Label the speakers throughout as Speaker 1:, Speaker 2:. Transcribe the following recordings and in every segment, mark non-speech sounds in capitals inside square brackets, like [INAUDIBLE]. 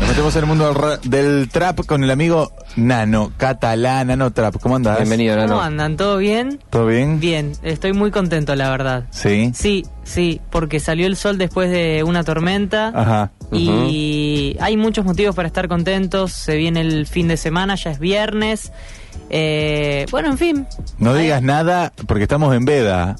Speaker 1: metemos en el mundo del, ra- del trap con el amigo Nano, catalán, Nano Trap. ¿Cómo andás?
Speaker 2: Bienvenido,
Speaker 3: ¿Cómo
Speaker 2: Nano.
Speaker 3: andan? ¿Todo bien?
Speaker 1: ¿Todo bien?
Speaker 3: Bien, estoy muy contento, la verdad.
Speaker 1: Sí.
Speaker 3: Sí, sí, porque salió el sol después de una tormenta
Speaker 1: Ajá.
Speaker 3: y hay muchos motivos para estar contentos. Se viene el fin de semana, ya es viernes. Eh, bueno, en fin.
Speaker 1: No
Speaker 3: Ahí-
Speaker 1: digas nada porque estamos en veda.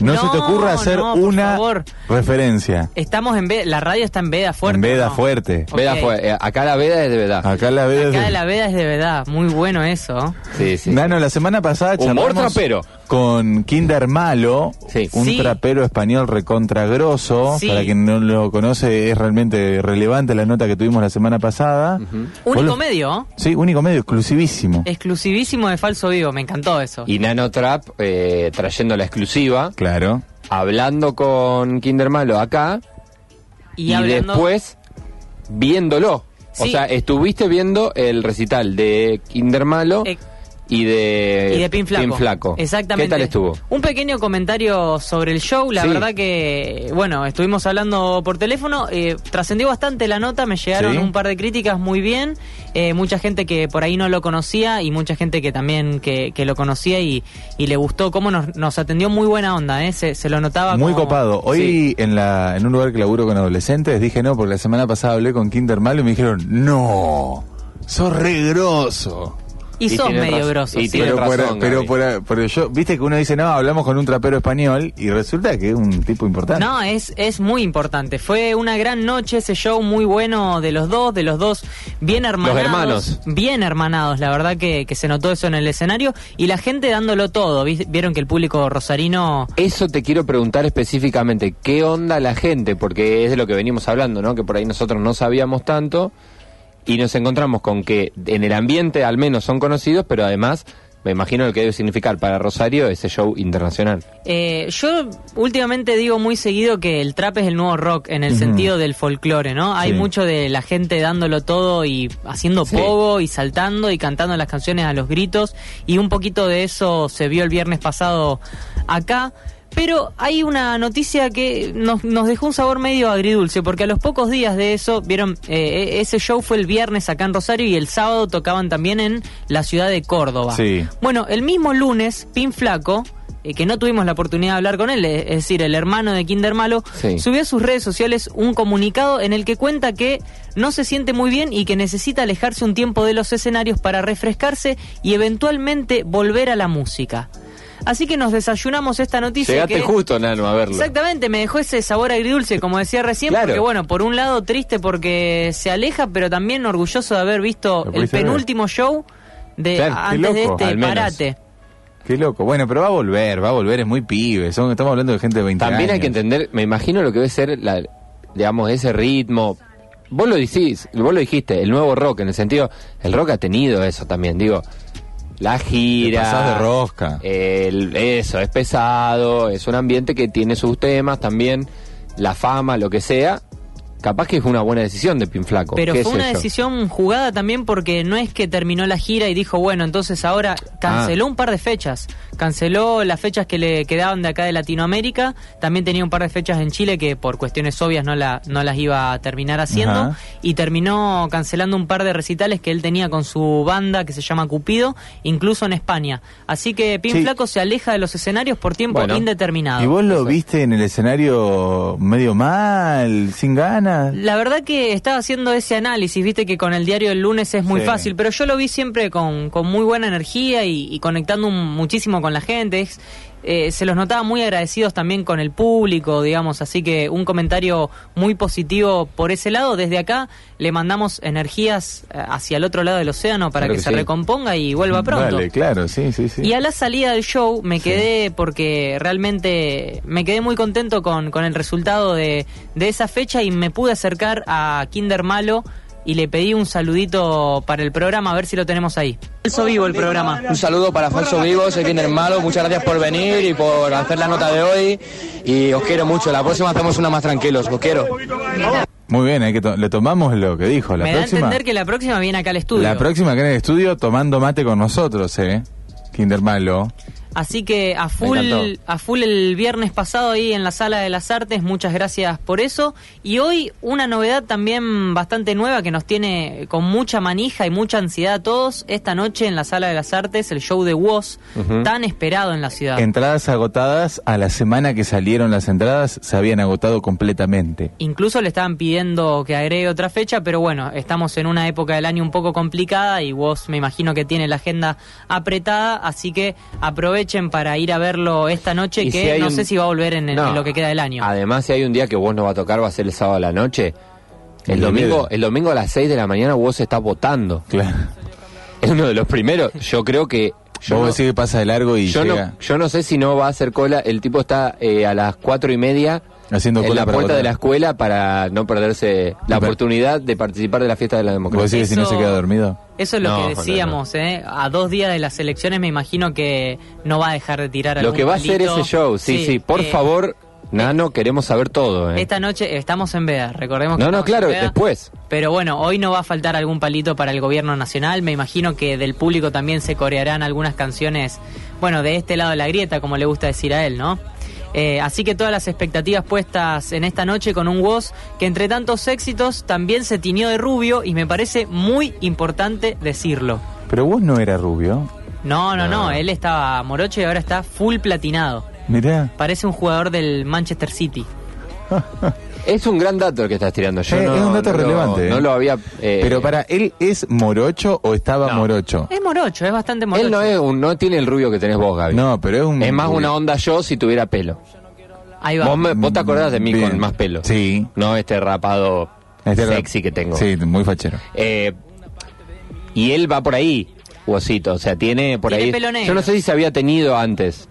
Speaker 1: No, se te
Speaker 3: No,
Speaker 1: ocurra hacer
Speaker 3: no, por
Speaker 1: una
Speaker 3: favor.
Speaker 1: referencia.
Speaker 3: Estamos en veda, la radio está en veda fuerte.
Speaker 1: en veda
Speaker 3: ¿no?
Speaker 1: fuerte.
Speaker 3: Ok.
Speaker 2: Veda fue, eh, acá la veda es de verdad.
Speaker 1: Acá la veda.
Speaker 3: Acá
Speaker 1: es-
Speaker 3: la veda es de verdad, muy bueno eso.
Speaker 2: Sí, sí.
Speaker 1: Nano, la semana pasada
Speaker 2: Humor
Speaker 1: charlamos
Speaker 2: trapero.
Speaker 1: con Kinder Malo,
Speaker 2: Sí.
Speaker 1: un
Speaker 3: Sí.
Speaker 1: trapero español recontragroso.
Speaker 3: Sí.
Speaker 1: Para quien no lo conoce, es realmente relevante la nota que tuvimos la semana pasada. Vos
Speaker 3: Único
Speaker 1: lo-
Speaker 3: medio,
Speaker 1: Sí, único medio, exclusivísimo.
Speaker 3: exclusivísimo de Falso Vivo, me encantó eso.
Speaker 2: Y Nano Trap eh, trayendo la exclusiva,
Speaker 1: Claro.
Speaker 2: hablando con Kinder Malo acá y,
Speaker 3: hablando-
Speaker 2: después viéndolo. O
Speaker 3: Sí.
Speaker 2: sea, estuviste viendo el recital de Kinder Malo
Speaker 3: Eh,
Speaker 2: y de,
Speaker 3: y de Pin Flaco.
Speaker 2: Eh, Flaco.
Speaker 3: Exactamente.
Speaker 2: ¿Qué tal estuvo?
Speaker 3: Un pequeño comentario sobre el show. La
Speaker 2: Sí.
Speaker 3: verdad que, bueno, estuvimos hablando por teléfono. eh, trascendió bastante la nota. Me llegaron
Speaker 1: Sí.
Speaker 3: un par de críticas muy bien. eh, mucha gente que por ahí no lo conocía y mucha gente que también que, que lo conocía y, y le gustó cómo nos, nos atendió muy buena onda. Eh, se, se lo notaba.
Speaker 1: Muy
Speaker 3: como-
Speaker 1: copado. Hoy en la en un lugar que laburo con adolescentes dije no, porque la semana pasada hablé con Kinder Malo y me dijeron, no, sos re grosso.
Speaker 3: Y,
Speaker 2: Y
Speaker 3: sos
Speaker 2: tienen
Speaker 3: medio
Speaker 2: razón.
Speaker 3: grosso.
Speaker 2: Y
Speaker 3: sí.
Speaker 2: tienen
Speaker 1: Pero, por,
Speaker 2: razón,
Speaker 1: pero,
Speaker 2: Gaby.
Speaker 1: por- pero yo, viste que uno dice, no, hablamos con un trapero español y resulta que es un tipo importante.
Speaker 3: No, es, es muy importante. Fue una gran noche ese show, muy bueno de los dos, de los dos bien hermanados.
Speaker 2: hermanos.
Speaker 3: Bien hermanados, la verdad que, que se notó eso en el escenario. Y la gente dándolo todo. Vi- Vieron que el público rosarino...
Speaker 2: Eso te quiero preguntar específicamente, ¿qué onda la gente? Porque es de lo que venimos hablando, ¿no? Que por ahí nosotros no sabíamos tanto y nos encontramos con que en el ambiente al menos son conocidos, pero además me imagino lo que debe significar para Rosario ese show internacional.
Speaker 3: Eh, yo últimamente digo muy seguido que el trap es el nuevo rock en el
Speaker 1: Ujú.
Speaker 3: sentido del folclore, ¿no? Hay
Speaker 1: Sí.
Speaker 3: mucho de la gente dándolo todo y haciendo
Speaker 2: Sí.
Speaker 3: pogo y saltando y cantando las canciones a los gritos y un poquito de eso se vio el viernes pasado acá. Pero hay una noticia que nos, nos dejó un sabor medio agridulce, porque a los pocos días de eso, vieron, eh, e- ese show fue el viernes acá en Rosario y el sábado tocaban también en la ciudad de Córdoba.
Speaker 1: Sí.
Speaker 3: Bueno, el mismo lunes, Pin Flaco, eh, que no tuvimos la oportunidad de hablar con él, eh, es decir, el hermano de Kinder Malo,
Speaker 2: Sí.
Speaker 3: subió a sus redes sociales un comunicado en el que cuenta que no se siente muy bien y que necesita alejarse un tiempo de los escenarios para refrescarse y eventualmente volver a la música. Así que nos desayunamos esta noticia.
Speaker 2: Llegaste
Speaker 3: que-
Speaker 2: justo, Nano, a verlo.
Speaker 3: Exactamente, me dejó ese sabor agridulce, como decía recién,
Speaker 2: Claro.
Speaker 3: porque bueno, por un lado triste porque se aleja, pero también orgulloso de haber visto
Speaker 1: Lo
Speaker 3: el
Speaker 1: pudiste ver.
Speaker 3: penúltimo show de
Speaker 2: Claro, qué
Speaker 3: antes
Speaker 1: loco,
Speaker 3: de
Speaker 2: al
Speaker 3: este
Speaker 2: menos.
Speaker 3: parate.
Speaker 1: Qué loco. Bueno, pero va a volver, va a volver, es muy pibe. Son, estamos hablando de gente de 20
Speaker 2: También hay
Speaker 1: años.
Speaker 2: que entender, me imagino lo que debe ser, la, digamos, ese ritmo. Vos lo decís, vos lo dijiste, el nuevo rock, en el sentido, el rock ha tenido eso también, digo, la gira.
Speaker 1: Te pasás de rosca.
Speaker 2: el- eso, es pesado, es un ambiente que tiene sus temas también, la fama, lo que sea. Capaz que es una buena decisión de Pinflaco.
Speaker 3: Pero fue una
Speaker 2: decisión
Speaker 3: decisión jugada también porque no es que terminó la gira y dijo, bueno, entonces ahora canceló
Speaker 1: Ah.
Speaker 3: un par de fechas. Canceló las fechas que le quedaban de acá de Latinoamérica. También tenía un par de fechas en Chile que por cuestiones obvias no, la, no las iba a terminar haciendo.
Speaker 1: Ajá.
Speaker 3: Y terminó cancelando un par de recitales que él tenía con su banda que se llama Cupido, incluso en España. Así que Pin
Speaker 1: Sí.
Speaker 3: Flaco se aleja de los escenarios por tiempo
Speaker 2: Bueno.
Speaker 3: indeterminado.
Speaker 1: ¿Y vos lo viste en el escenario medio mal, sin ganas?
Speaker 3: La verdad que estaba haciendo ese análisis, viste que con el diario el lunes es muy
Speaker 1: Sí.
Speaker 3: fácil, pero yo lo vi siempre con, con muy buena energía y, y conectando un- muchísimo con la gente. Es- eh, se los notaba muy agradecidos también con el público, digamos, así que un comentario muy positivo por ese lado. Desde acá le mandamos energías eh, hacia el otro lado del océano para
Speaker 2: Claro
Speaker 3: que,
Speaker 2: que
Speaker 3: se
Speaker 2: sí.
Speaker 3: recomponga y vuelva pronto.
Speaker 1: Vale, claro, sí, sí, sí.
Speaker 3: Y a la salida del show me quedé porque realmente me quedé muy contento con, con el resultado de, de esa fecha y me pude acercar a Kinder Malo y le pedí un saludito para el programa, a ver si lo tenemos ahí. Falso vivo el programa.
Speaker 4: Un saludo para Falso Vivo, soy Kinder Malo, muchas gracias por venir y por hacer la nota de hoy. Y os quiero mucho, la próxima hacemos una más tranquilos, os quiero.
Speaker 1: Muy bien, hay que to- le tomamos lo que dijo. La
Speaker 3: me da a
Speaker 1: próxima,
Speaker 3: entender que la próxima viene acá al estudio.
Speaker 1: la próxima que en el estudio tomando mate con nosotros, ¿eh? Kinder Malo.
Speaker 3: Así que a full,
Speaker 2: encantó.
Speaker 3: a full el viernes pasado ahí en la Sala de las Artes, muchas gracias por eso. Y hoy una novedad también bastante nueva que nos tiene con mucha manija y mucha ansiedad a todos. Esta noche en la Sala de las Artes, el show de Woz,
Speaker 2: Ujú.
Speaker 3: tan esperado en la ciudad.
Speaker 1: Entradas agotadas, a la semana que salieron las entradas se habían agotado completamente.
Speaker 3: Incluso le estaban pidiendo que agregue otra fecha, pero bueno, estamos en una época del año un poco complicada y vos me imagino que tiene la agenda apretada, así que aprovechen para ir a verlo esta noche,
Speaker 2: Y
Speaker 3: que
Speaker 2: hay
Speaker 3: no
Speaker 2: un-
Speaker 3: sé si va a volver en, el-
Speaker 2: No.
Speaker 3: en lo que queda del año.
Speaker 2: Además, si hay un día que vos no va a tocar, va a ser el sábado a la noche. El
Speaker 1: Ni
Speaker 2: domingo,
Speaker 1: miedo.
Speaker 2: el domingo a las 6 de la mañana vos está votando.
Speaker 1: Claro.
Speaker 2: Es uno de los primeros. Yo creo
Speaker 1: [LAUGHS]
Speaker 2: que... Yo
Speaker 1: Vos
Speaker 2: no-
Speaker 1: decís que pasa de largo y
Speaker 2: yo
Speaker 1: llega
Speaker 2: no, yo no sé si no va a hacer cola. El tipo está eh, a las cuatro y media
Speaker 1: haciendo
Speaker 2: en
Speaker 1: cola
Speaker 2: la
Speaker 1: para
Speaker 2: puerta
Speaker 1: votar.
Speaker 2: de la escuela para no perderse la
Speaker 1: Y pa-
Speaker 2: oportunidad de participar de la fiesta de la
Speaker 1: ¿Vos
Speaker 2: democracia.
Speaker 1: decís que si no
Speaker 3: Eso-
Speaker 1: se queda dormido?
Speaker 3: Eso es lo
Speaker 2: No,
Speaker 3: que
Speaker 2: no,
Speaker 3: decíamos, ¿eh? A dos días de las elecciones me imagino que no va a dejar de tirar
Speaker 2: Lo
Speaker 3: algún
Speaker 2: que va a hacer
Speaker 3: palito.
Speaker 2: ese show, sí, sí, por
Speaker 3: eh,
Speaker 2: favor, Nano, queremos saber todo. eh.
Speaker 3: Esta noche estamos en veda, recordemos que
Speaker 2: No, no,
Speaker 3: estamos en
Speaker 2: claro,
Speaker 3: veda.
Speaker 2: después.
Speaker 3: Pero bueno, hoy no va a faltar algún palito para el gobierno nacional. Me imagino que del público también se corearán algunas canciones, bueno, de este lado de la grieta, como le gusta decir a él, ¿no? Eh, así que todas las expectativas puestas en esta noche con un Woz que entre tantos éxitos también se tiñó de rubio y me parece muy importante decirlo.
Speaker 1: Pero vos no era rubio.
Speaker 3: No, no, no,
Speaker 2: No.
Speaker 3: él estaba morocho y ahora está full platinado.
Speaker 1: Mirá.
Speaker 3: Parece un jugador del Manchester City.
Speaker 2: Es un gran dato el que estás tirando. Yo
Speaker 1: Eh,
Speaker 2: no-
Speaker 1: es un dato
Speaker 2: no lo-
Speaker 1: relevante. eh.
Speaker 2: no lo había. eh,
Speaker 1: Pero para él, ¿es morocho o estaba
Speaker 2: No.
Speaker 1: morocho?
Speaker 3: Es morocho, es bastante morocho.
Speaker 2: Él no, es un- no tiene el rubio que tenés vos, Gaby.
Speaker 1: No, pero es un.
Speaker 2: es más una onda yo si tuviera pelo.
Speaker 3: Ahí va.
Speaker 2: Vos, me- vos te acordás de mí
Speaker 1: Bien.
Speaker 2: con más pelo.
Speaker 1: Sí.
Speaker 2: No este rapado
Speaker 1: Este era-
Speaker 2: sexy que tengo.
Speaker 1: Sí, muy fachero.
Speaker 2: Eh, y él va por ahí, huesito. O sea, tiene por
Speaker 3: Tiene
Speaker 2: ahí.
Speaker 3: pelo negro.
Speaker 2: Yo no sé si se había tenido antes.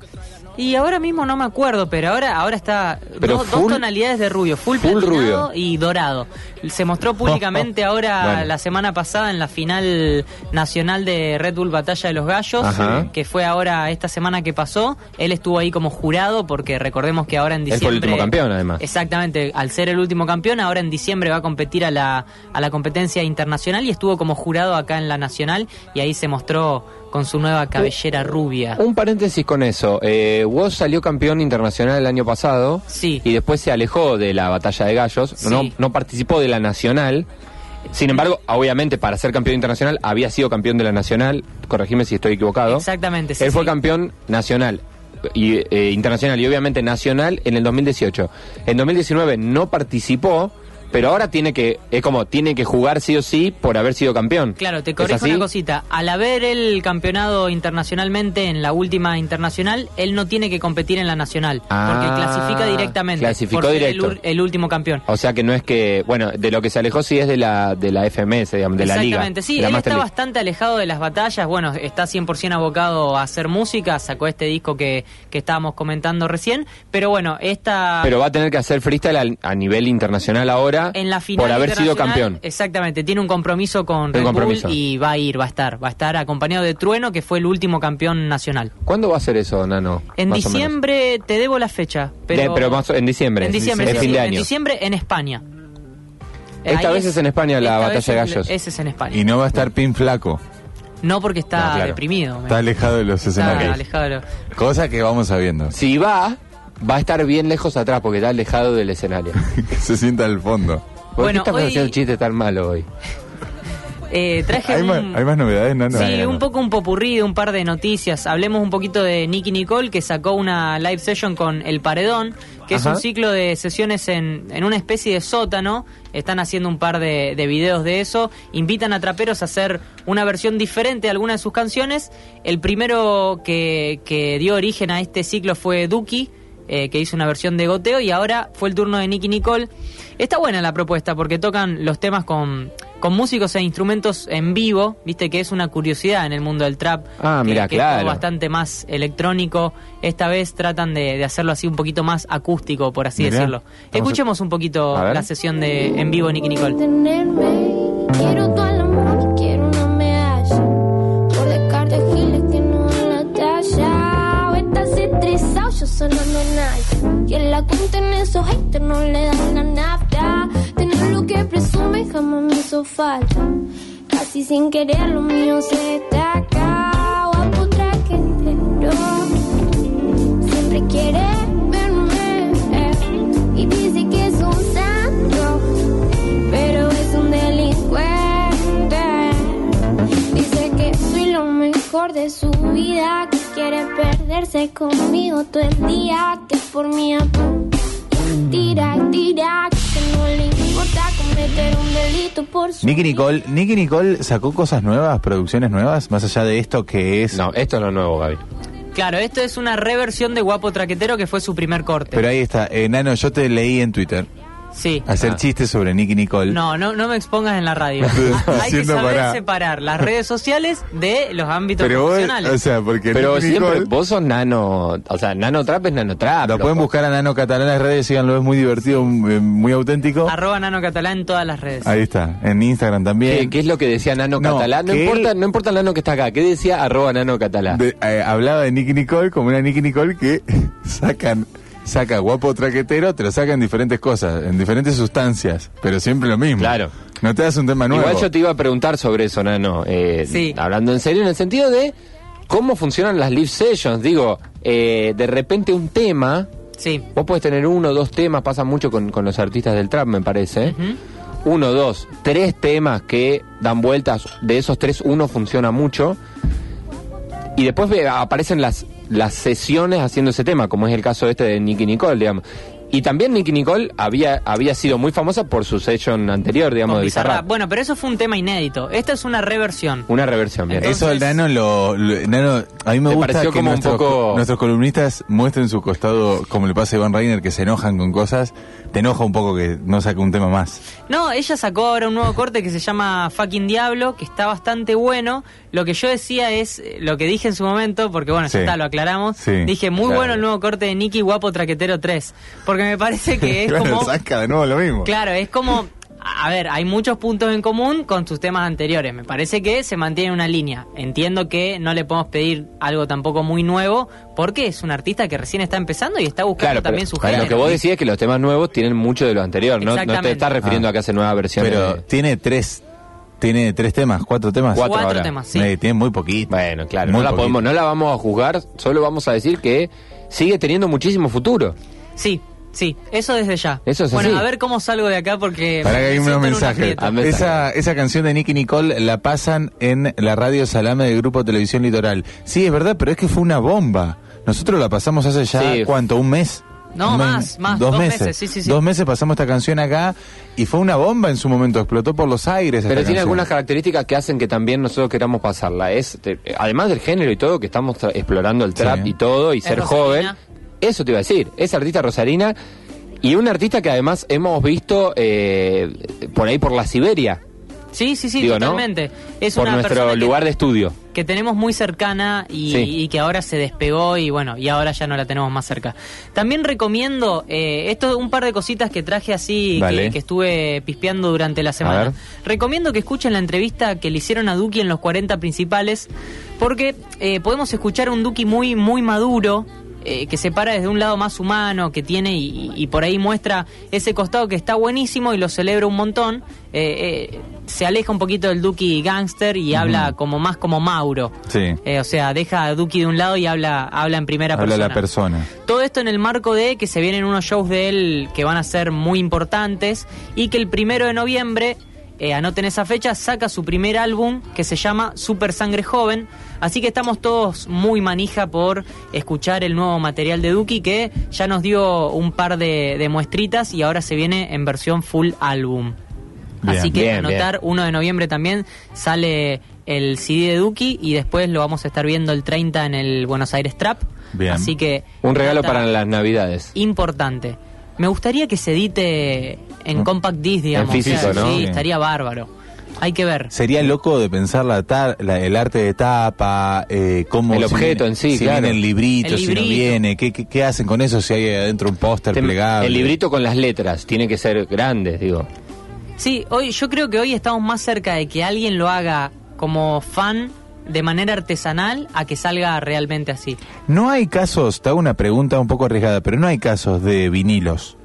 Speaker 3: Y ahora mismo no me acuerdo, pero ahora, ahora está
Speaker 2: Pero
Speaker 3: dos,
Speaker 2: full-
Speaker 3: dos tonalidades de rubio, full,
Speaker 2: full
Speaker 3: platinado
Speaker 2: rubio. Oh,
Speaker 3: y dorado. Se mostró
Speaker 2: [LAUGHS]
Speaker 3: públicamente ahora
Speaker 1: Bueno.
Speaker 3: la semana pasada en la final nacional de Red Bull Batalla de los Gallos,
Speaker 2: Ajá.
Speaker 3: que fue ahora esta semana que pasó. Él estuvo ahí como jurado porque recordemos que ahora en
Speaker 2: Él
Speaker 3: diciembre
Speaker 2: fue el último campeón, además.
Speaker 3: Exactamente, al ser el último campeón, ahora en diciembre va a competir a la, a la competencia internacional y estuvo como jurado acá en la nacional y ahí se mostró con su nueva cabellera rubia.
Speaker 2: [LAUGHS] Un paréntesis con eso. Eh, Woz salió campeón internacional el año pasado.
Speaker 3: Sí.
Speaker 2: Y después se alejó de la batalla de gallos.
Speaker 3: Sí.
Speaker 2: No, no participó de la nacional. Sin embargo, obviamente, para ser campeón internacional había sido campeón de la nacional. Corregime si estoy equivocado.
Speaker 3: Exactamente, sí,
Speaker 2: Él fue
Speaker 3: sí.
Speaker 2: campeón nacional. Y, eh, internacional y obviamente nacional en el 2018. En 2019 no participó, pero ahora tiene que es como tiene que jugar sí o sí por haber sido campeón.
Speaker 3: Claro, te
Speaker 2: ¿Es
Speaker 3: corrijo
Speaker 2: así?
Speaker 3: una cosita. Al haber el campeonado internacionalmente en la última internacional, él no tiene que competir en la nacional.
Speaker 2: Ah,
Speaker 3: porque clasifica directamente.
Speaker 2: clasificó
Speaker 3: por ser el
Speaker 2: directo. Oh,
Speaker 3: ur- El, último campeón.
Speaker 2: O sea que no es que, bueno, de lo que se alejó sí es de la de la FMS, digamos, de la liga.
Speaker 3: Exactamente, sí,
Speaker 2: de la
Speaker 3: él
Speaker 2: Master
Speaker 3: está
Speaker 2: League.
Speaker 3: bastante alejado de las batallas, bueno, está 100% abocado a hacer música, sacó este disco que, que estábamos comentando recién, pero bueno, esta...
Speaker 2: Pero va a tener que hacer freestyle al- a nivel internacional ahora
Speaker 3: en la final
Speaker 2: por haber sido
Speaker 3: internacional,
Speaker 2: campeón.
Speaker 3: Exactamente, tiene un compromiso con Red
Speaker 2: compromiso.
Speaker 3: Bull y va a ir, va a estar, va a estar acompañado de Trueno, que fue el último campeón nacional.
Speaker 2: ¿Cuándo va a ser eso, Nano?
Speaker 3: En
Speaker 2: Más o menos.
Speaker 3: diciembre te debo la fecha, pero,
Speaker 2: De- pero más o- en diciembre.
Speaker 3: en diciembre,
Speaker 2: Es
Speaker 3: sí,
Speaker 2: fin de
Speaker 3: sí, en
Speaker 2: año.
Speaker 3: diciembre en España.
Speaker 2: Esta
Speaker 3: Ahí
Speaker 2: vez es en España la
Speaker 3: esta
Speaker 2: batalla
Speaker 3: vez
Speaker 2: de
Speaker 3: es-
Speaker 2: gallos.
Speaker 3: Ese es en España.
Speaker 1: Y no va a estar pin flaco.
Speaker 3: No porque está
Speaker 2: No, claro.
Speaker 3: deprimido. me-
Speaker 1: Está alejado de los
Speaker 3: está
Speaker 1: escenarios.
Speaker 3: alejado de lo-
Speaker 1: Cosa que vamos sabiendo.
Speaker 2: Si va, va a estar bien lejos atrás porque está alejado del escenario.
Speaker 1: [LAUGHS] que se sienta al fondo.
Speaker 2: ¿Por
Speaker 3: Bueno,
Speaker 2: qué estamos
Speaker 3: hoy-
Speaker 2: haciendo chistes tan malos hoy?
Speaker 3: Eh, traje
Speaker 1: ¿Hay,
Speaker 3: un-
Speaker 1: más, ¿Hay más novedades, Nano?
Speaker 3: Sí,
Speaker 1: Ay,
Speaker 3: un
Speaker 1: no.
Speaker 3: poco un popurrí de un par de noticias. Hablemos un poquito de Nicky Nicole, que sacó una live session con El Paredón, que es
Speaker 2: Ajá.
Speaker 3: un ciclo de sesiones en, en una especie de sótano. Están haciendo un par de, de videos de eso. Invitan a traperos a hacer una versión diferente de alguna de sus canciones. El primero que, que dio origen a este ciclo fue Duki. eh, que hizo una versión de goteo y ahora fue el turno de Nicky Nicole. Está buena la propuesta porque tocan los temas con, con músicos e instrumentos en vivo, viste que es una curiosidad en el mundo del trap.
Speaker 2: Ah,
Speaker 3: que-
Speaker 2: mirá,
Speaker 3: que es todo
Speaker 2: claro.
Speaker 3: bastante más electrónico. Esta vez tratan de, de hacerlo así un poquito más acústico, por así
Speaker 1: Mirá,
Speaker 3: decirlo.
Speaker 1: estamos-
Speaker 3: Escuchemos un poquito
Speaker 2: A ver.
Speaker 3: la sesión de en vivo Nicky Nicole.
Speaker 5: Tenerme. Quiero tu amor, quiero una medalla. Por dejar de giles que no en la talla. O Estás estresado, yo solo no nada. Y en la cuenta en esos haters no le dan la nafta. Tener lo que presume jamás me hizo falta. Casi sin querer lo mío se destaca. Guapo traje entero. siempre quiere verme eh, y dice que es un santo, pero es un delincuente. Dice que soy lo mejor de su vida, que quiere perderse conmigo todo el día, que por mi amor tira, tira, que no le importa cometer un delito por su
Speaker 1: Nicky
Speaker 5: vida.
Speaker 1: Nicole, Nicky Nicole sacó cosas nuevas, producciones nuevas, más allá de esto que es.
Speaker 2: No, esto es lo nuevo, Gaby.
Speaker 3: Claro, esto es una reversión de Guapo Traquetero que fue su primer corte.
Speaker 1: Pero ahí está, eh, Nano, yo te leí en Twitter
Speaker 3: sí.
Speaker 1: hacer
Speaker 2: Ah.
Speaker 1: chistes sobre Nicky Nicole.
Speaker 3: No, no, no me expongas en la
Speaker 1: [LAUGHS]
Speaker 3: radio.
Speaker 1: Estoy
Speaker 3: Hay que
Speaker 1: haciendo
Speaker 3: saber
Speaker 1: para-
Speaker 3: separar las redes sociales de los ámbitos
Speaker 1: Pero vos,
Speaker 3: profesionales.
Speaker 1: o sea, porque
Speaker 2: Pero
Speaker 1: Nicky
Speaker 2: siempre,
Speaker 1: Nicole-
Speaker 2: vos sos nano. O sea, nano trap es nano trap.
Speaker 1: Lo
Speaker 2: loco.
Speaker 1: pueden buscar a Nano Catalán en las redes, síganlo, es muy divertido, muy eh, muy auténtico.
Speaker 3: Arroba Nano Catalán en todas las redes.
Speaker 1: Ahí está, en Instagram también.
Speaker 2: ¿Qué, qué es lo que decía Nano
Speaker 1: No,
Speaker 2: Catalá? No
Speaker 1: que
Speaker 2: importa,
Speaker 1: él-
Speaker 2: no importa el nano que está acá. ¿Qué decía arroba nano catalá?
Speaker 1: De- eh, hablaba de Nicky Nicole como una Nicky Nicole que [LAUGHS] sacan saca guapo traquetero, te lo sacan diferentes cosas, en diferentes sustancias, pero siempre lo mismo.
Speaker 2: Claro.
Speaker 1: No te das un tema nuevo.
Speaker 2: Igual yo te iba a preguntar sobre eso, Nano. eh,
Speaker 3: Sí.
Speaker 2: Hablando en serio, en el sentido de cómo funcionan las live sessions. Digo, eh, de repente un tema,
Speaker 3: Sí.
Speaker 2: vos podés tener uno o dos temas, pasa mucho con, con los artistas del trap, me parece. Uno, dos, tres temas que dan vueltas. De esos tres, uno funciona mucho. Y después ve- aparecen las, las sesiones haciendo ese tema, como es el caso este de Nicky Nicole, digamos. Y también Nicky Nicole había, había sido muy famosa por su session anterior, digamos,
Speaker 3: Con
Speaker 2: de
Speaker 3: Bizarrap.
Speaker 2: Bizarrap.
Speaker 3: Bueno, pero eso fue un tema inédito. Esta es una reversión.
Speaker 2: Una reversión, bien.
Speaker 3: Entonces-
Speaker 1: Eso el nano lo, lo- nano a mí me
Speaker 2: Te
Speaker 1: gusta
Speaker 2: pareció
Speaker 1: que
Speaker 2: como un
Speaker 1: nuestros,
Speaker 2: poco-
Speaker 1: nuestros columnistas muestren su costado como le pasa a Iván Reiner que se enojan con cosas, te enoja un poco que no saque un tema más.
Speaker 3: No, ella sacó ahora un nuevo corte que se llama Fucking Diablo, que está bastante bueno. Lo que yo decía es eh, lo que dije en su momento, porque bueno,
Speaker 1: Sí.
Speaker 3: ya está, lo aclaramos.
Speaker 1: Sí.
Speaker 3: Dije, muy
Speaker 2: Claro.
Speaker 3: bueno el nuevo corte de Nicky Guapo Traquetero 3, porque me parece
Speaker 2: [LAUGHS]
Speaker 3: que es
Speaker 1: Claro,
Speaker 3: como...
Speaker 1: saca de nuevo lo mismo.
Speaker 3: Claro, es como... A ver, hay muchos puntos en común con sus temas anteriores. Me parece que se mantiene una línea. Entiendo que no le podemos pedir algo tampoco muy nuevo, porque es un artista que recién está empezando y está buscando
Speaker 2: Claro,
Speaker 3: también
Speaker 2: pero
Speaker 3: su
Speaker 2: lo que
Speaker 3: género.
Speaker 2: vos decís es que los temas nuevos tienen mucho de lo anterior, ¿no? No te
Speaker 3: Exactamente.
Speaker 2: estás refiriendo
Speaker 1: Ah.
Speaker 2: a que hace nueva versión.
Speaker 1: Pero tiene tres tiene tres temas, cuatro temas.
Speaker 2: Cuatro
Speaker 3: Cuatro
Speaker 2: ahora.
Speaker 3: temas, sí.
Speaker 1: Eh, tiene muy poquito.
Speaker 2: Bueno, claro,
Speaker 1: Muy
Speaker 2: no la,
Speaker 1: poquito.
Speaker 2: podemos, no la vamos a juzgar, solo vamos a decir que sigue teniendo muchísimo futuro.
Speaker 3: Sí, sí, eso desde ya.
Speaker 2: Eso es
Speaker 3: bueno,
Speaker 2: así.
Speaker 3: a ver cómo salgo de acá porque...
Speaker 1: Para que hay
Speaker 3: me
Speaker 1: unos
Speaker 3: siento en un
Speaker 1: mensajes.
Speaker 3: aprieto.
Speaker 2: Ah, mensaje.
Speaker 1: Esa, esa canción de Nicky Nicole la pasan en la radio Salame del Grupo Televisión Litoral. Sí, es verdad, pero es que fue una bomba. Nosotros la pasamos hace ya,
Speaker 2: Sí.
Speaker 1: ¿cuánto? ¿Un mes?
Speaker 3: No,
Speaker 1: Un mes,
Speaker 3: más, más, dos meses, sí, sí, sí.
Speaker 1: Dos meses pasamos esta canción acá y fue una bomba en su momento, explotó por los aires.
Speaker 2: Pero
Speaker 1: esta
Speaker 2: tiene
Speaker 1: canción.
Speaker 2: algunas características que hacen que también nosotros queramos pasarla. Es, te- además del género y todo, que estamos tra- explorando el trap
Speaker 1: Sí.
Speaker 2: y todo, y
Speaker 3: Es
Speaker 2: ser
Speaker 3: Rosarina.
Speaker 2: joven. Eso te iba a decir, es artista Rosarina y un artista que además hemos visto eh, por ahí por la Siberia.
Speaker 3: Sí, sí, sí,
Speaker 2: Digo, ¿no?
Speaker 3: totalmente. Es
Speaker 2: por
Speaker 3: una persona
Speaker 2: nuestro
Speaker 3: que-
Speaker 2: lugar de estudio.
Speaker 3: que, tenemos muy cercana y,
Speaker 2: Sí.
Speaker 3: y que ahora se despegó y bueno, y ahora ya no la tenemos más cerca. También recomiendo eh, esto un par de cositas que traje así
Speaker 1: Dale.
Speaker 3: que, que estuve pispeando durante la semana.
Speaker 1: ver.
Speaker 3: Recomiendo que escuchen la entrevista que le hicieron a Duki en los 40 principales porque eh, podemos escuchar un Duki muy muy maduro. eh, que se para desde un lado más humano que tiene y, y por ahí muestra ese costado que está buenísimo y lo celebra un montón. Eh, eh, se aleja un poquito del Duki gangster y habla como más como Mauro.
Speaker 1: Sí.
Speaker 3: Eh, o sea, deja a Duki de un lado y habla, habla en primera
Speaker 1: Habla
Speaker 3: persona.
Speaker 1: la persona.
Speaker 3: Todo esto en el marco de que se vienen unos shows de él que van a ser muy importantes y que el primero de noviembre, eh, anoten esa fecha, saca su primer álbum que se llama Super Sangre Joven. Así que estamos todos muy manija por escuchar el nuevo material de Duki que ya nos dio un par de, de muestritas y ahora se viene en versión full álbum.
Speaker 1: Bien,
Speaker 3: Así que
Speaker 2: bien,
Speaker 3: anotar 1 de noviembre también sale el CD de Duki y después lo vamos a estar viendo el 30 en el Buenos Aires Trap.
Speaker 1: Bien.
Speaker 3: Así que
Speaker 2: Un regalo
Speaker 3: nota
Speaker 2: para las Navidades.
Speaker 3: importante. Me gustaría que se edite en compact disc, digamos.
Speaker 2: físico,
Speaker 3: O sea,
Speaker 2: ¿no?
Speaker 3: Sí,
Speaker 1: Sí.
Speaker 3: estaría bárbaro. Hay que ver.
Speaker 1: Sería loco de pensar la tar- la- el arte de tapa, eh, cómo...
Speaker 2: El
Speaker 1: si
Speaker 2: objeto
Speaker 1: viene-
Speaker 2: en sí,
Speaker 1: si
Speaker 2: claro.
Speaker 1: viene el librito,
Speaker 3: El
Speaker 1: si no
Speaker 3: librito.
Speaker 1: viene, ¿qué, qué, qué hacen con eso si hay adentro un póster
Speaker 2: Tem-
Speaker 1: plegable?
Speaker 2: El librito con las letras tiene que ser grandes, digo.
Speaker 3: Sí, hoy yo creo que hoy estamos más cerca de que alguien lo haga como fan de manera artesanal a que salga realmente así.
Speaker 1: No hay casos, te hago una pregunta un poco arriesgada, pero no hay casos de vinilos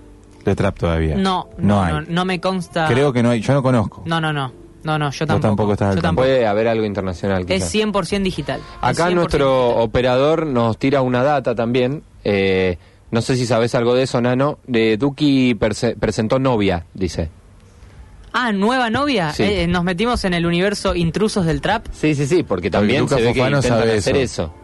Speaker 1: de trap todavía.
Speaker 3: No, no,
Speaker 1: hay.
Speaker 3: no, no me consta.
Speaker 1: Creo que no hay, yo no conozco.
Speaker 3: No, no, no. No, no, yo
Speaker 1: Vos
Speaker 3: tampoco.
Speaker 1: tampoco estás al
Speaker 3: Yo
Speaker 1: tanto.
Speaker 3: tampoco.
Speaker 2: Puede haber algo internacional. quizás.
Speaker 3: Es 100% digital. Es
Speaker 2: Acá
Speaker 3: 100%
Speaker 2: nuestro operador nos tira una data también. Eh, no sé si sabes algo de eso, Nano. De Duki perse- presentó novia, dice.
Speaker 3: Ah, nueva novia.
Speaker 2: Sí.
Speaker 3: Eh, nos metimos en el universo intrusos del trap.
Speaker 2: Sí, sí, sí, porque también
Speaker 1: Lucas
Speaker 2: se ve que
Speaker 1: Fofano
Speaker 2: intentan
Speaker 1: sabe
Speaker 2: hacer
Speaker 1: eso.
Speaker 2: eso.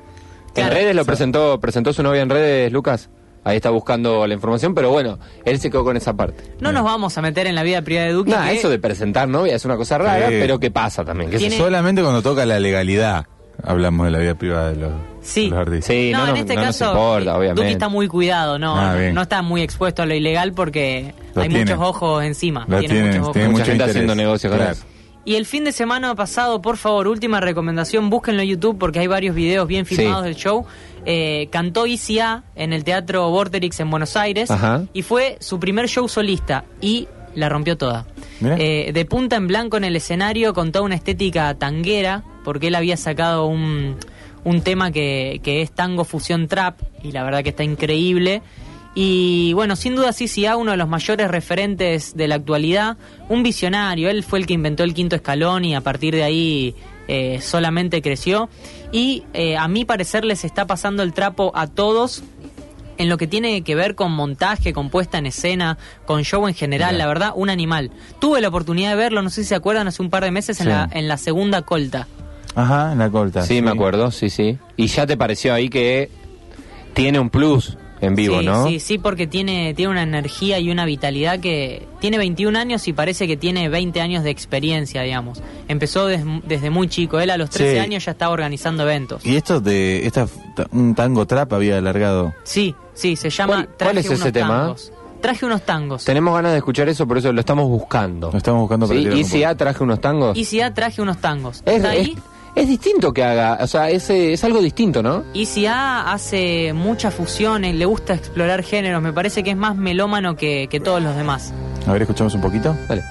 Speaker 3: Claro.
Speaker 2: en redes lo presentó, presentó su novia en redes, Lucas. Ahí está buscando la información, pero bueno, él se quedó con esa parte.
Speaker 3: No nos vamos a meter en la vida privada de Duki.
Speaker 2: Nah,
Speaker 3: que
Speaker 2: eso de presentar novia es una cosa rara,
Speaker 1: Sí.
Speaker 2: pero que pasa también. qué sé
Speaker 3: Tiene-
Speaker 1: Solamente cuando toca la legalidad hablamos de la vida privada de los,
Speaker 3: Sí.
Speaker 1: de los
Speaker 2: yo.
Speaker 1: artistas.
Speaker 2: Sí, no,
Speaker 3: no,
Speaker 2: no,
Speaker 3: en este
Speaker 2: no nos
Speaker 3: caso
Speaker 2: importa,
Speaker 3: eh,
Speaker 2: obviamente.
Speaker 3: Duki está muy cuidado, no,
Speaker 1: Ah, bien.
Speaker 3: no está muy expuesto a lo ilegal porque
Speaker 1: Lo
Speaker 3: hay
Speaker 1: tiene.
Speaker 3: muchos ojos encima.
Speaker 1: Lo
Speaker 3: tiene
Speaker 1: tienen,
Speaker 3: muchos ojos.
Speaker 1: tienen
Speaker 2: Mucha
Speaker 1: mucho
Speaker 2: gente
Speaker 1: interés.
Speaker 2: haciendo negocio con
Speaker 1: Claro.
Speaker 2: eso.
Speaker 3: Y el fin de semana pasado, por favor, última recomendación, búsquenlo en YouTube porque hay varios videos bien
Speaker 2: Sí.
Speaker 3: filmados del show. Eh, cantó ICA en el Teatro Vorterix en Buenos Aires
Speaker 2: Ajá.
Speaker 3: y fue su primer show solista y la rompió toda.
Speaker 1: Mirá.
Speaker 3: Eh, de punta en blanco en el escenario, con toda una estética tanguera, porque él había sacado un, un tema que, que es tango fusión trap y la verdad que está increíble. Y bueno, sin duda CCA, uno de los mayores referentes de la actualidad, un visionario, él fue el que inventó el quinto escalón y a partir de ahí eh, solamente creció. Y eh, a mi parecer les está pasando el trapo a todos en lo que tiene que ver con montaje, con puesta en escena, con show en general, la verdad, un animal. Tuve la oportunidad de verlo, no sé si se acuerdan, hace un par de meses en,
Speaker 1: Sí.
Speaker 3: la, en la segunda colta.
Speaker 1: Ajá, en la colta.
Speaker 2: Sí, me acuerdo, sí, sí. Y ya te pareció ahí que tiene un plus en vivo,
Speaker 3: sí,
Speaker 2: ¿no?
Speaker 3: Sí, sí, porque tiene, tiene una energía y una vitalidad que tiene 21 años y parece que tiene 20 años de experiencia, digamos. Empezó des- desde muy chico, él a los 13
Speaker 1: Sí.
Speaker 3: años ya estaba organizando eventos.
Speaker 1: Y esto de esta, un tango trap había alargado.
Speaker 3: Sí, sí, se llama
Speaker 2: ¿Cuál- cuál
Speaker 3: Traje
Speaker 2: es ese
Speaker 3: unos
Speaker 2: tema?
Speaker 3: tangos. Traje unos tangos.
Speaker 2: Tenemos ganas de escuchar eso, por eso lo estamos buscando.
Speaker 1: Lo estamos buscando para
Speaker 2: Sí,
Speaker 1: tirarlo
Speaker 2: ¿Y
Speaker 1: un
Speaker 2: si A traje unos tangos?
Speaker 3: Y si traje unos tangos.
Speaker 2: Es,
Speaker 3: ¿Está ahí?
Speaker 2: es- es distinto que haga, o sea, es, eh, es algo distinto, ¿no?
Speaker 3: ICA hace muchas fusiones, le gusta explorar géneros, me parece que es más melómano que, que todos los demás.
Speaker 1: A ver, escuchamos un poquito.
Speaker 2: Dale.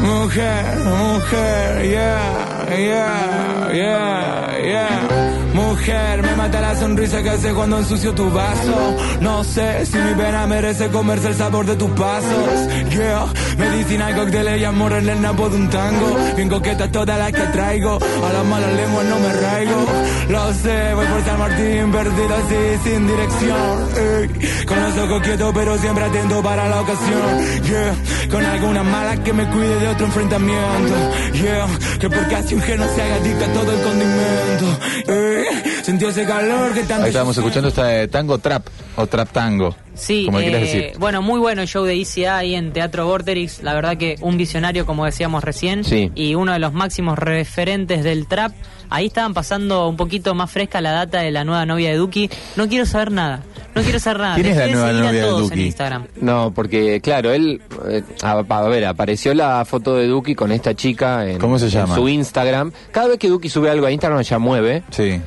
Speaker 6: Mujer, mujer, yeah, yeah, yeah, yeah. Mujer, me mata la sonrisa que hace cuando ensucio tu vaso. No sé si mi pena merece comerse el sabor de tus pasos. Yeah, medicina, cócteles y amor en el napo de un tango. Bien coqueta todas las que traigo, a las malas lenguas no me arraigo. Lo sé, voy por San Martín, perdido así, sin dirección. Ey, con los ojos quietos, pero siempre atento para la ocasión. Yeah, con alguna mala que me cuide de otro enfrentamiento. Yeah, que por casi un geno se haga adicto a todo el condimento. Ey, sentí ese calor que tanto.
Speaker 1: Ahí estábamos
Speaker 6: yo siento.
Speaker 1: escuchando esta de tango trap o trap tango.
Speaker 3: Sí,
Speaker 1: Como le
Speaker 3: eh,
Speaker 1: quieras decir.
Speaker 3: bueno, muy bueno el show de ICA ahí en Teatro Vorterix, la verdad que un visionario como decíamos recién
Speaker 2: Sí.
Speaker 3: y uno de los máximos referentes del trap. Ahí estaban pasando un poquito más fresca la data de la nueva novia de Duki. No quiero saber nada, no quiero saber nada.
Speaker 1: ¿Quién es
Speaker 3: Dejé
Speaker 1: la nueva
Speaker 3: de seguir
Speaker 1: novia
Speaker 3: a
Speaker 1: de
Speaker 3: todos en
Speaker 1: Duki?
Speaker 3: Instagram.
Speaker 2: No, porque claro, él, eh, a, a ver, apareció la foto de Duki con esta chica en,
Speaker 1: ¿Cómo se
Speaker 2: en
Speaker 1: llama?
Speaker 2: su Instagram. Cada vez que Duki sube algo a Instagram ya mueve.
Speaker 1: Sí.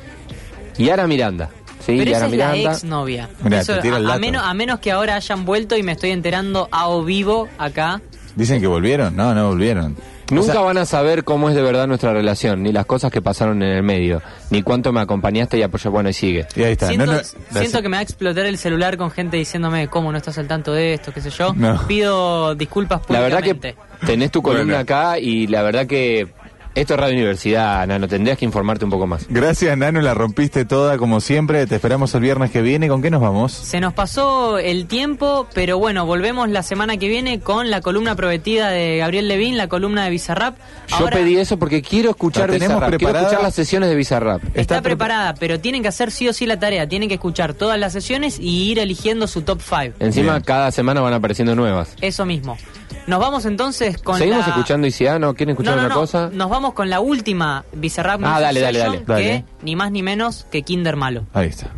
Speaker 2: Yara Miranda. Sí,
Speaker 3: Pero
Speaker 2: Yara
Speaker 3: esa es la
Speaker 2: Miranda.
Speaker 3: ex novia.
Speaker 1: Mirá, te tira el
Speaker 3: a, a
Speaker 1: dato.
Speaker 3: menos, a menos que ahora hayan vuelto y me estoy enterando a o vivo acá.
Speaker 1: Dicen que volvieron. No, no volvieron.
Speaker 2: Nunca van a saber cómo es de verdad nuestra relación, ni las cosas que pasaron en el medio, ni cuánto me acompañaste y apoyó. Bueno, y sigue.
Speaker 1: Y ahí está.
Speaker 3: Siento,
Speaker 1: no, no,
Speaker 3: siento que me va a explotar el celular con gente diciéndome cómo no estás al tanto de esto, qué sé yo.
Speaker 1: No.
Speaker 3: Pido disculpas
Speaker 2: La verdad
Speaker 3: públicamente.
Speaker 2: que tenés tu columna
Speaker 1: Bueno.
Speaker 2: acá y la verdad que esto es Radio Universidad, Nano, tendrías que informarte un poco más.
Speaker 1: Gracias, Nano, la rompiste toda como siempre. Te esperamos el viernes que viene. ¿Con qué nos vamos?
Speaker 3: Se nos pasó el tiempo, pero bueno, volvemos la semana que viene con la columna prometida de Gabriel Levín, la columna de Bizarrap.
Speaker 2: Yo
Speaker 3: Ahora
Speaker 2: pedí eso porque quiero escuchar
Speaker 1: La tenemos
Speaker 2: Bizarrap, quiero
Speaker 1: preparada.
Speaker 2: escuchar las sesiones de Bizarrap.
Speaker 3: Está,
Speaker 1: está pre-
Speaker 3: preparada, pero tienen que hacer sí o sí la tarea. Tienen que escuchar todas las sesiones y ir eligiendo su top 5.
Speaker 2: Encima
Speaker 1: Bien.
Speaker 2: cada semana van apareciendo nuevas.
Speaker 3: Eso mismo. Nos vamos entonces con
Speaker 2: ¿Seguimos
Speaker 3: la-
Speaker 2: escuchando ICA? ¿No quieren escuchar
Speaker 3: No, no,
Speaker 2: otra
Speaker 3: no.
Speaker 2: cosa?
Speaker 3: Nos vamos con la última Bizarrap
Speaker 2: Ah,
Speaker 3: Music
Speaker 2: dale, dale,
Speaker 3: Session,
Speaker 1: dale.
Speaker 3: que
Speaker 1: Dale.
Speaker 3: ni más ni menos que Kinder Malo.
Speaker 1: Ahí está.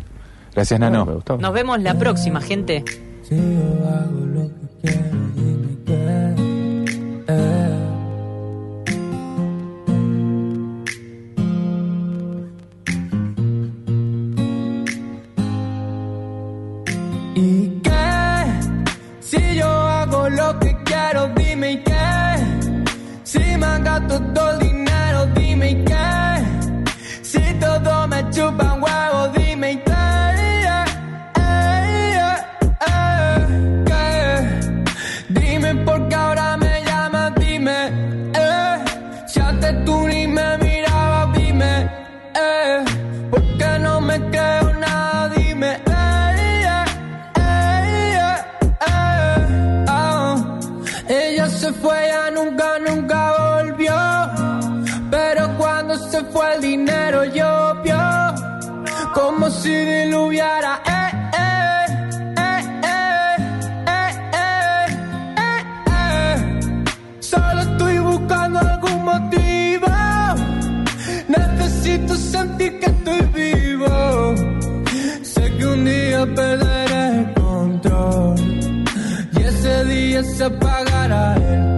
Speaker 1: Gracias, Nano.
Speaker 2: Me gustó.
Speaker 3: Nos vemos la próxima, gente.
Speaker 6: Si yo hago lo que quiero, dime qué es. ¿Y qué? Si yo hago lo que quiero, dime ¿y qué. Si me gasto todo el dinero, dime ¿y qué. Si todo me chupa un huevo, dime ¿y qué. Eh, Ey, ey, ey, ¿qué? eh, Dime por qué ahora me llamas, dime. eh. Si antes tú ni me mirabas, dime. eh. ¿Por qué no me creo nada? Dime. eh, eh, ella nunca, nunca volvió. Pero cuando se fue el dinero llovió, como si diluviara. Eh, eh, eh, eh, eh, eh, eh, eh. Solo estoy buscando algún motivo. Necesito sentir que estoy vivo. Sé que un día perderé el control y ese día se apagará el